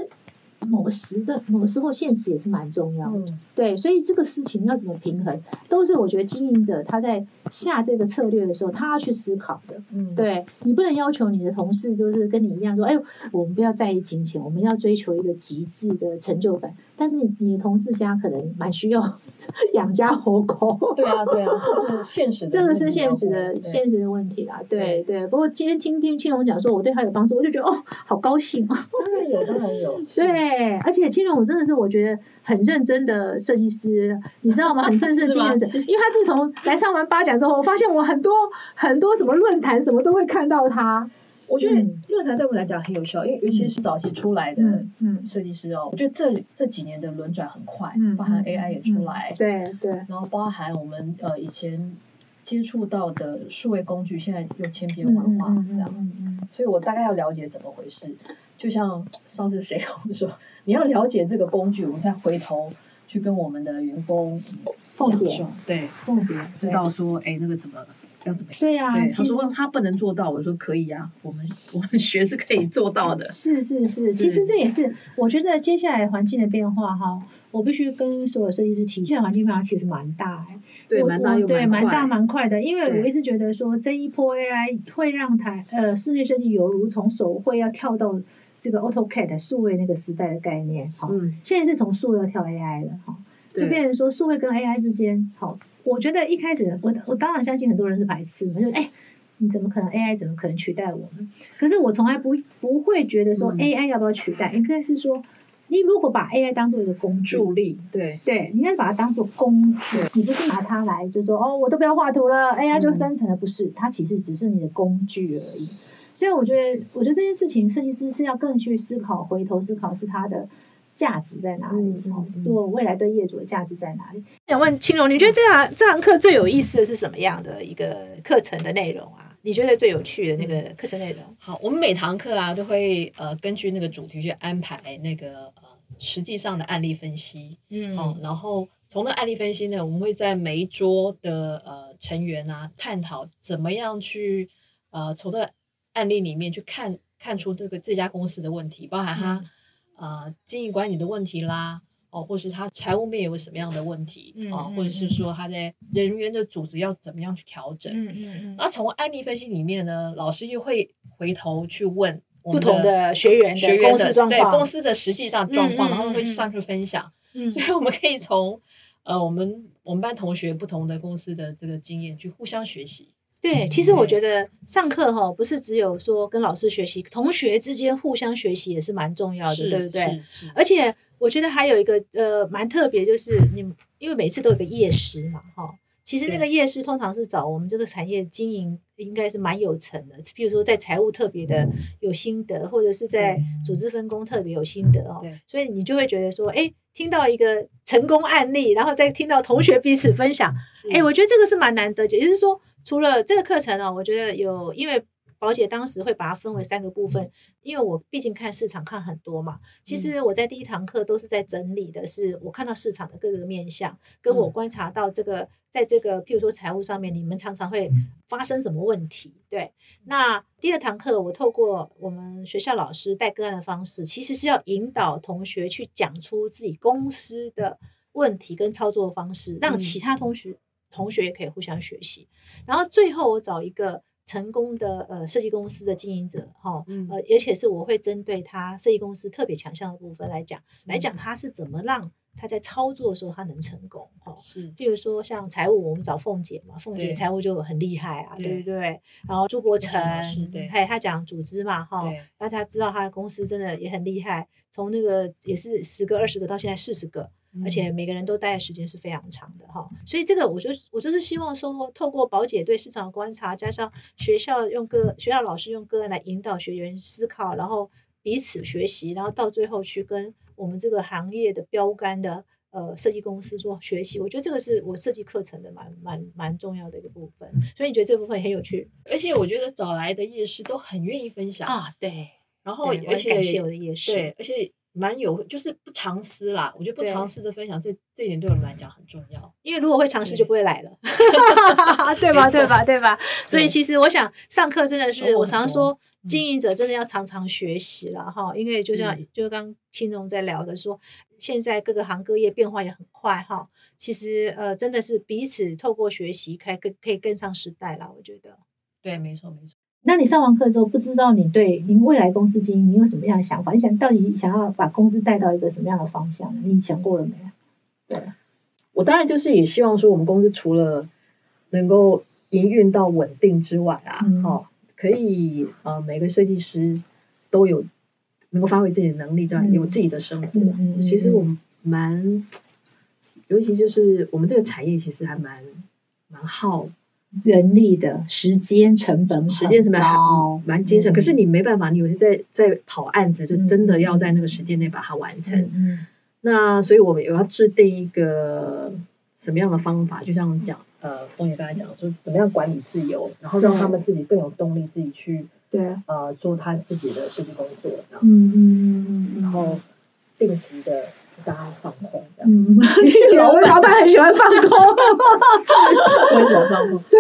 某时的某时候现实也是蛮重要的。
嗯，
对，所以这个事情要怎么平衡，都是我觉得经营者他在下这个策略的时候，他要去思考的。
嗯，
对你不能要求你的同事就是跟你一样说，哎呦，我们不要在意金钱，我们要追求一个极致的成就感。但是你你的同事家可能蛮需要 [laughs] 养家活口，
对啊，对啊，这是现实的
这个
问
是
题
现
要
实的
过对
现实的问题啦。对对，不过今天听听青龙讲说我对他有帮助，我就觉得哦，好高兴哦。
当然有，当然有，是，
对，而且青龙我真的是我觉得很认真的设计师，你知道吗？很认真经营者，因为他自从来上完八甲之后，我发现我很多很多什么论坛什么都会看到他。
我觉得
嗯
论坛对我们来讲很有效，因为尤其是早期出来的
嗯嗯。
设计师哦，我觉得这这几年的轮转很快，
嗯
包含
嗯
AI 也
嗯
出来，
对对，
然后包含我们呃以前接触到的数位工具，现在用千变万化这样，
嗯
所以我大概要了解怎么回事。就像上次谁跟我们说，你要了解这个工具，我们再回头去跟我们的员工
凤
讲
姐
授，对，
凤姐
知道说哎那个怎么要怎么。
对呀，
对，
其
他
实
说他不能做到，我说可以啊，我们我们学是可以做到的。
是是是，其实这也是我觉得接下来环境的变化哈，我必须跟所有设计师提，现在环境变化其实蛮大哎，
[laughs] 对，
我
蛮大
我
又
对，蛮
蛮
大
快。
蛮快的，因为
对
我一直觉得说这一波 AI 会让台呃室内设计犹如从手绘要跳到这个 AutoCAD 数位那个时代的概念哈，
嗯，
现在是从塑料跳 AI 了哈，就
对
变成说数位跟 AI 之间，好，我觉得一开始我我当然相信很多人是排斥嘛，就是哎、你怎么可能 AI 怎么可能取代我们？可是我从来不不会觉得说
嗯
AI 要不要取代，应该是说你如果把 AI 当做一个工具。
助力对
对，你应该是把它当做工具
对，
你不是拿它来就说哦，我都不要画图了，AI 就
嗯
生成了，不是，它其实只是你的工具而已。所以我觉得，我觉得这件事情，设计师是要更去思考，回头思考是它的价值在哪里
嗯，嗯
哦
嗯
做未来对业主的价值在哪里。
想问青龙，你觉得这堂这堂课最有意思的是什么样的一个课程的内容啊？你觉得最有趣的那个课程内容？
好，我们每堂课啊都会呃根据那个主题去安排那个呃实际上的案例分析，
嗯
哦，然后从那案例分析呢，我们会在每一桌的呃成员啊，探讨怎么样去呃从这个案例里面去看看出这个这家公司的问题，包含
嗯
它、呃经营管理的问题啦，哦，或是它财务面有什么样的问题
嗯
哦
嗯，
或者是
嗯
说它在人员的组织要怎么样去调整。
嗯嗯嗯，
那从案例分析里面呢，老师又会回头去问我
不
们
同的学员
学
的
员
公
的
司状
对
况，
公司的实际上状况，
嗯嗯
然后会
嗯嗯
上去分享。
嗯
所以我们可以从呃我们我们班同学不同的公司的这个经验去互相学习。
对，其实我
对
觉得上课哈，不是只有说跟老师学习，同学之间互相学习也是蛮重要的，
是
对不对？？
是是
而且我觉得还有一个呃蛮特别，就是你们因为每次都有个夜师嘛，哈。其实那
对
个夜师通常是找我们这个产业经营应该是蛮有成的，比如说在财务特别的有心得，或者是在组织分工特别有心得哦
嗯对。
所以你就会觉得说，哎，听到一个成功案例，然后再听到同学彼此分享，
是
哎、我觉得这个是蛮难得，也就是说，除了这个课程哦呢、我觉得有，因为宝姐当时会把它分为三个部分，因为我毕竟看市场看很多嘛。
嗯
其实我在第一堂课都是在整理的是我看到市场的各个面向，跟我
嗯
观察到这个在这个譬如说财务上面，你们常常会
嗯
发生什么问题？对，那第二堂课我透过我们学校老师带个案的方式，其实是要引导同学去讲出自己公司的问题跟操作方式，让
嗯
其他同学同学也可以互相学习。然后最后我找一个成功的呃设计公司的经营者哈，哦
嗯
呃，而且是我会针对他设计公司特别强项的部分来讲，来
嗯
讲他是怎么让他在操作的时候他能成功哈。哦
是
譬如说像财务，我们找凤姐嘛，凤姐
对
财务就很厉害啊，对
对
不对？然后朱伯成
老师对，
嘿，他讲组织嘛，哈
对，
大家知道他的公司真的也很厉害，从那个也是十个、二十个到现在四十个，
嗯
而且每个人都待的时间是非常长的哈。所以这个我就我就是希望说，透过宝姐对市场的观察，加上学校用个学校老师用个案来引导学员思考，然后彼此学习，然后到最后去跟我们这个行业的标杆的。呃，设计公司做学习，我觉得这个是我设计课程的蛮蛮蛮重要的一个部分，所以你觉得这部分很有趣
而且我觉得找来的夜市都很愿意分享，
啊？对，
然后
对我
而
很
且
感谢我的夜市，
对，而且蛮有就是不藏私啦，我觉得不
对
藏私的分享这这一点对我们来讲很重要。
因为如果会尝试
对
嗯
就不会
[laughs]
来了，对吧？
没错
对吧？对吧？所以
对
其实我想上课真的
收
是，
获
我
很
常
多
说
嗯
经营者真的要常常学习了哈，因为就像
嗯
就刚青龙在聊的说，现在各个行各业变化也很快哈，其实呃真的是彼此透过学习可以跟可以跟上时代啦，我觉得。
对，没错，没错。
那你上完课之后，不知道你对您未来公司经营你有什么样的想法？你想到底想要把公司带到一个什么样的方向？你想过了没？
我当然就是也希望说，我们公司除了能够营运到稳定之外啊，
嗯
哦，可以呃，每个设计师都有能够发挥自己的能力，这样、
嗯
有自己的生活。
嗯嗯嗯
其实我蛮，尤其就是我们这个产业其实还蛮蛮耗
人力的时间成本很
时间成本还
高，
蛮精神，
嗯
可是你没办法，你有些在在跑案子，就真的要在那个时间内把它完成。
嗯嗯
那所以我们也要制定一个什么样的方法，就像讲呃，峰姐刚才讲的，就是怎么样管理自由，然后让他们自己更有动力，自己去
对，嗯
呃做他自己的设计工作，然后
嗯嗯嗯嗯，
然后定期的大家放空，这
[laughs]
样 [laughs]
嗯，听起来我们老板很喜欢放空，
我很喜欢放空。
[laughs] 对，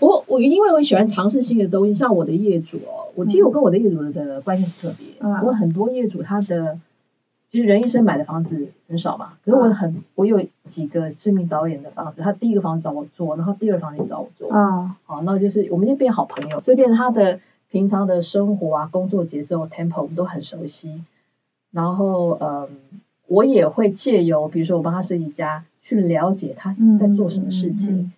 我我因为我喜欢尝试新的东西，像我的业主哦，我其实我跟我的业主的关系很特别，
嗯
我很多业主他的其实人一生买的房子很少嘛，可是
嗯
我很我有几个知名导演的房子，他第一个房子找我做，然后第二个房子也找我做，
啊，
好，那就是我们就变好朋友，所以变成他的平常的生活啊、工作节奏、tempo 我们都很熟悉。然后，嗯，我也会借由比如说我帮他设计家去了解他在做什么事情。
嗯嗯嗯嗯嗯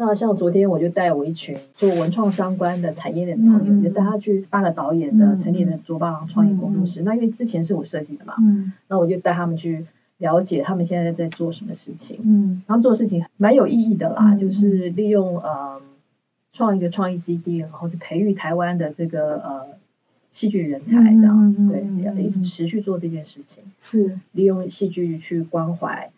那像昨天我就带我一群做文创相关的产业链的朋友，
嗯嗯嗯
就带他去八个导演的
嗯
成立的卓巴郎创意工作室。那因为之前是我设计的嘛，
嗯
那我就带他们去了解他们现在在做什么事情。
嗯
他们做的事情蛮有意义的啦，
嗯
就是利用呃创一个创意基地，然后去培育台湾的这个呃戏剧人才，
嗯
这样、
嗯嗯嗯
对，要
嗯
一直
嗯
持续做这件事情，
是，
利用戏剧去关怀，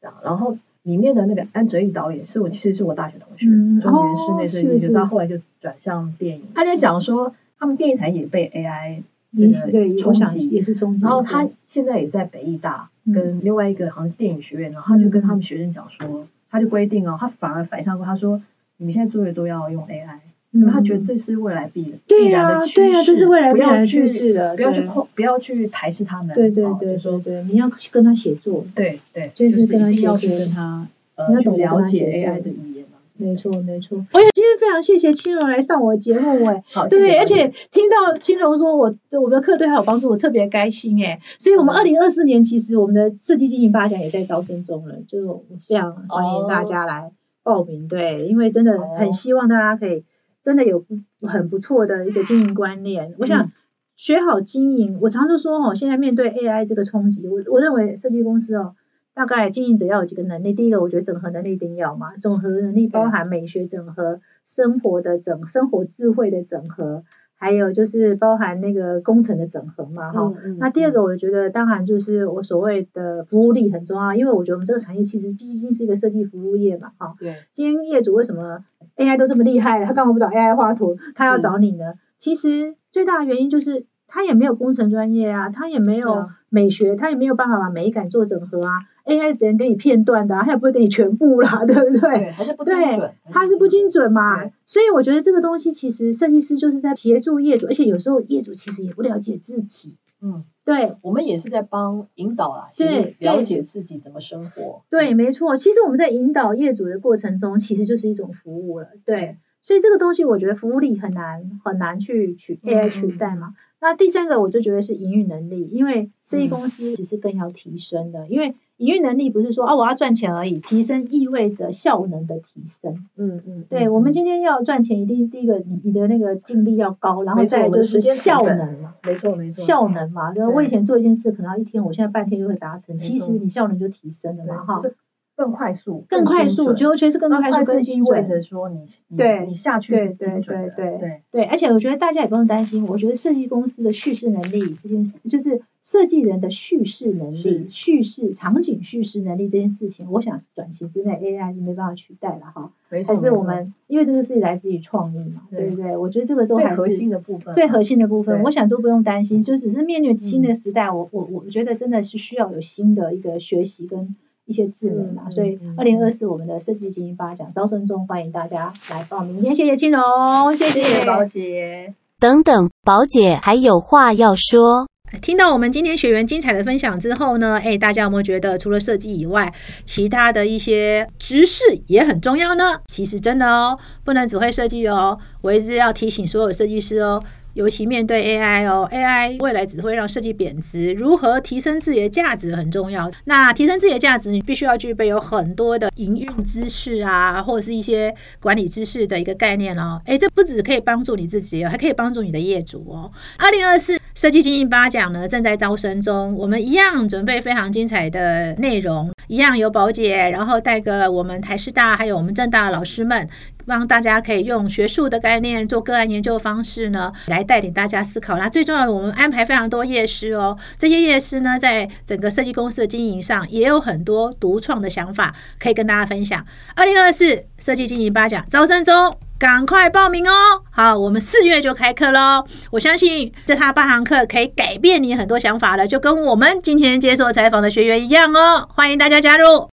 这样，然后。里面的那个安哲义导演是我，其实是我大学同学，
嗯
中原室内设计
哦
师，
是是
他后来就转向电影。嗯他在讲说，他们电影产业也被 AI 这
也是对
个，冲
我想
击，
也是冲击。
然后他
对
现在也在北艺大
嗯
跟另外一个好像电影学院，然后他就跟他们学生讲说，他就规定哦，他反而反向过，他说你们现在作业都要用 AI，因
嗯
为他觉得这是未来必然
对
必
呀
然的趋势，
对呀这是未来
不
必然
要
的趋
去
势的
不要去
对
控，不要去排斥他们，
对对
哦
对
就
对
说
对，你要跟他协作，
对对，
就是是跟他
一定要去
学
跟他呃
你要
去
懂得跟
了
他
解
学
AI
习
的语言啊。
没错没错。我也今天非常谢谢青荣来上我的节目哎，
好，谢谢
对，而
大家
且听到青荣说我对我们的课对他有帮助，我特别开心哎。所以，我们二零二四年其实我们的设计经营八强也在招生中了，就是哦我非常欢迎大家来报名。对，因为真的很希望大家可以真的有不很不错的一个经营观念。我想学好经营，我常常说哦，现在面对 AI 这个冲击，我我认为设计公司哦，大概经营者要有几个能力。第一个，我觉得整合能力一定要嘛，整合能力包含美学整合、生活的整、 [laughs] 生活智慧的整合，还有就是包含那个工程的整合嘛，哈、
嗯
那第二个，我觉得当然就是我所谓的服务力很重要，因为我觉得我们这个产业其实毕竟是一个设计服务业嘛，哈、
对，
今天业主为什么 AI 都这么厉害了，他干嘛不找 AI 画图，他要找你呢？其实最大的原因就是他也没有工程专业啊，他也没
对
有
啊
美学，他也没有办法把美感做整合啊。AI 只能给你片段的、啊，他也不会给你全部啦，对不对？
对，还是不精
对
准，，
它是不精准嘛
对，
所以我觉得这个东西其实设计师就是在协助业主，而且有时候业主其实也不了解自己，
嗯，
对，
我们也是在帮引导啦，
对
先了
对
解自己怎么生活。
对，，没错。其实我们在引导业主的过程中，其实就是一种服务了。对
对，
所以这个东西我觉得服务力很难很难去取
嗯
AI 取代嘛。那第三个我就觉得是营运能力，因为设
嗯
计公司只是更要提升的，因为营运能力不是说啊我要赚钱而已，提升意味着效能的提升。
嗯嗯，
对，
嗯
我们
嗯
今天要赚钱，一定第一个你你的那个净利要高，然后
没错
再来
我们
就
的
是
时间成
效
本
能嘛。
没错没错，
效能嘛，就是我以前做一件事可能要一天，我现在半天就会达成，
没
其实
错
你效能就提升了
对
嘛，哈。
就是更快速、
更快
精
速，
准
就我觉得是更
那
快速、
速
更
意
精
味
准。
着说你你
对
你下去是
对
精准
对
的，
对
对
对，而且我觉得大家也不用担心，我觉得设计公司的叙事能力这件事，就是设计人的叙事能力
是、
叙事场景叙事能力这件事情，我想短期之内 AI 是没办法取代了哈。
没错，
还是
没
我
错
们因为这个是来自于创意嘛，对
对
不对？我觉得这个都还
最核
是
心的部分，
最核心的部分，
对嗯
我想都不用担心，就只是面对新的时代，我我我觉得真的是需要有新的一个学习跟一些智能啊。
嗯嗯
所以
嗯
二零二四我们的设计精英发奖招生中，欢迎大家来报名。今天谢谢青龙，谢谢
谢谢宝姐。
等等，宝姐还有话要说。
听到我们今天学员精彩的分享之后呢，哎，大家有没有觉得除了设计以外，其他的一些知识也很重要呢？其实真的哦，不能只会设计哦。我一直要提醒所有设计师哦，尤其面对 AI 哦，AI 未来只会让设计贬值，如何提升自己的价值很重要。那提升自己的价值，你必须要具备有很多的营运知识啊，或者是一些管理知识的一个概念哦。哎，这不只可以帮助你自己哦，还可以帮助你的业主哦。二零二四设计精英八奖呢正在招生中，我们一样准备非常精彩的内容，一样有宝姐，然后带个我们台师大还有我们正大的老师们，让大家可以用学术的概念做个案研究方式呢，来带领大家思考。那最重要的，我们安排非常多夜师哦，这些夜师呢，在整个设计公司的经营上也有很多独创的想法可以跟大家分享。二零二四设计经营八奖招生中，赶快报名哦！好，我们四月就开课喽。我相信这堂八堂课可以改变你很多想法了，就跟我们今天接受采访的学员一样哦。欢迎大家加入。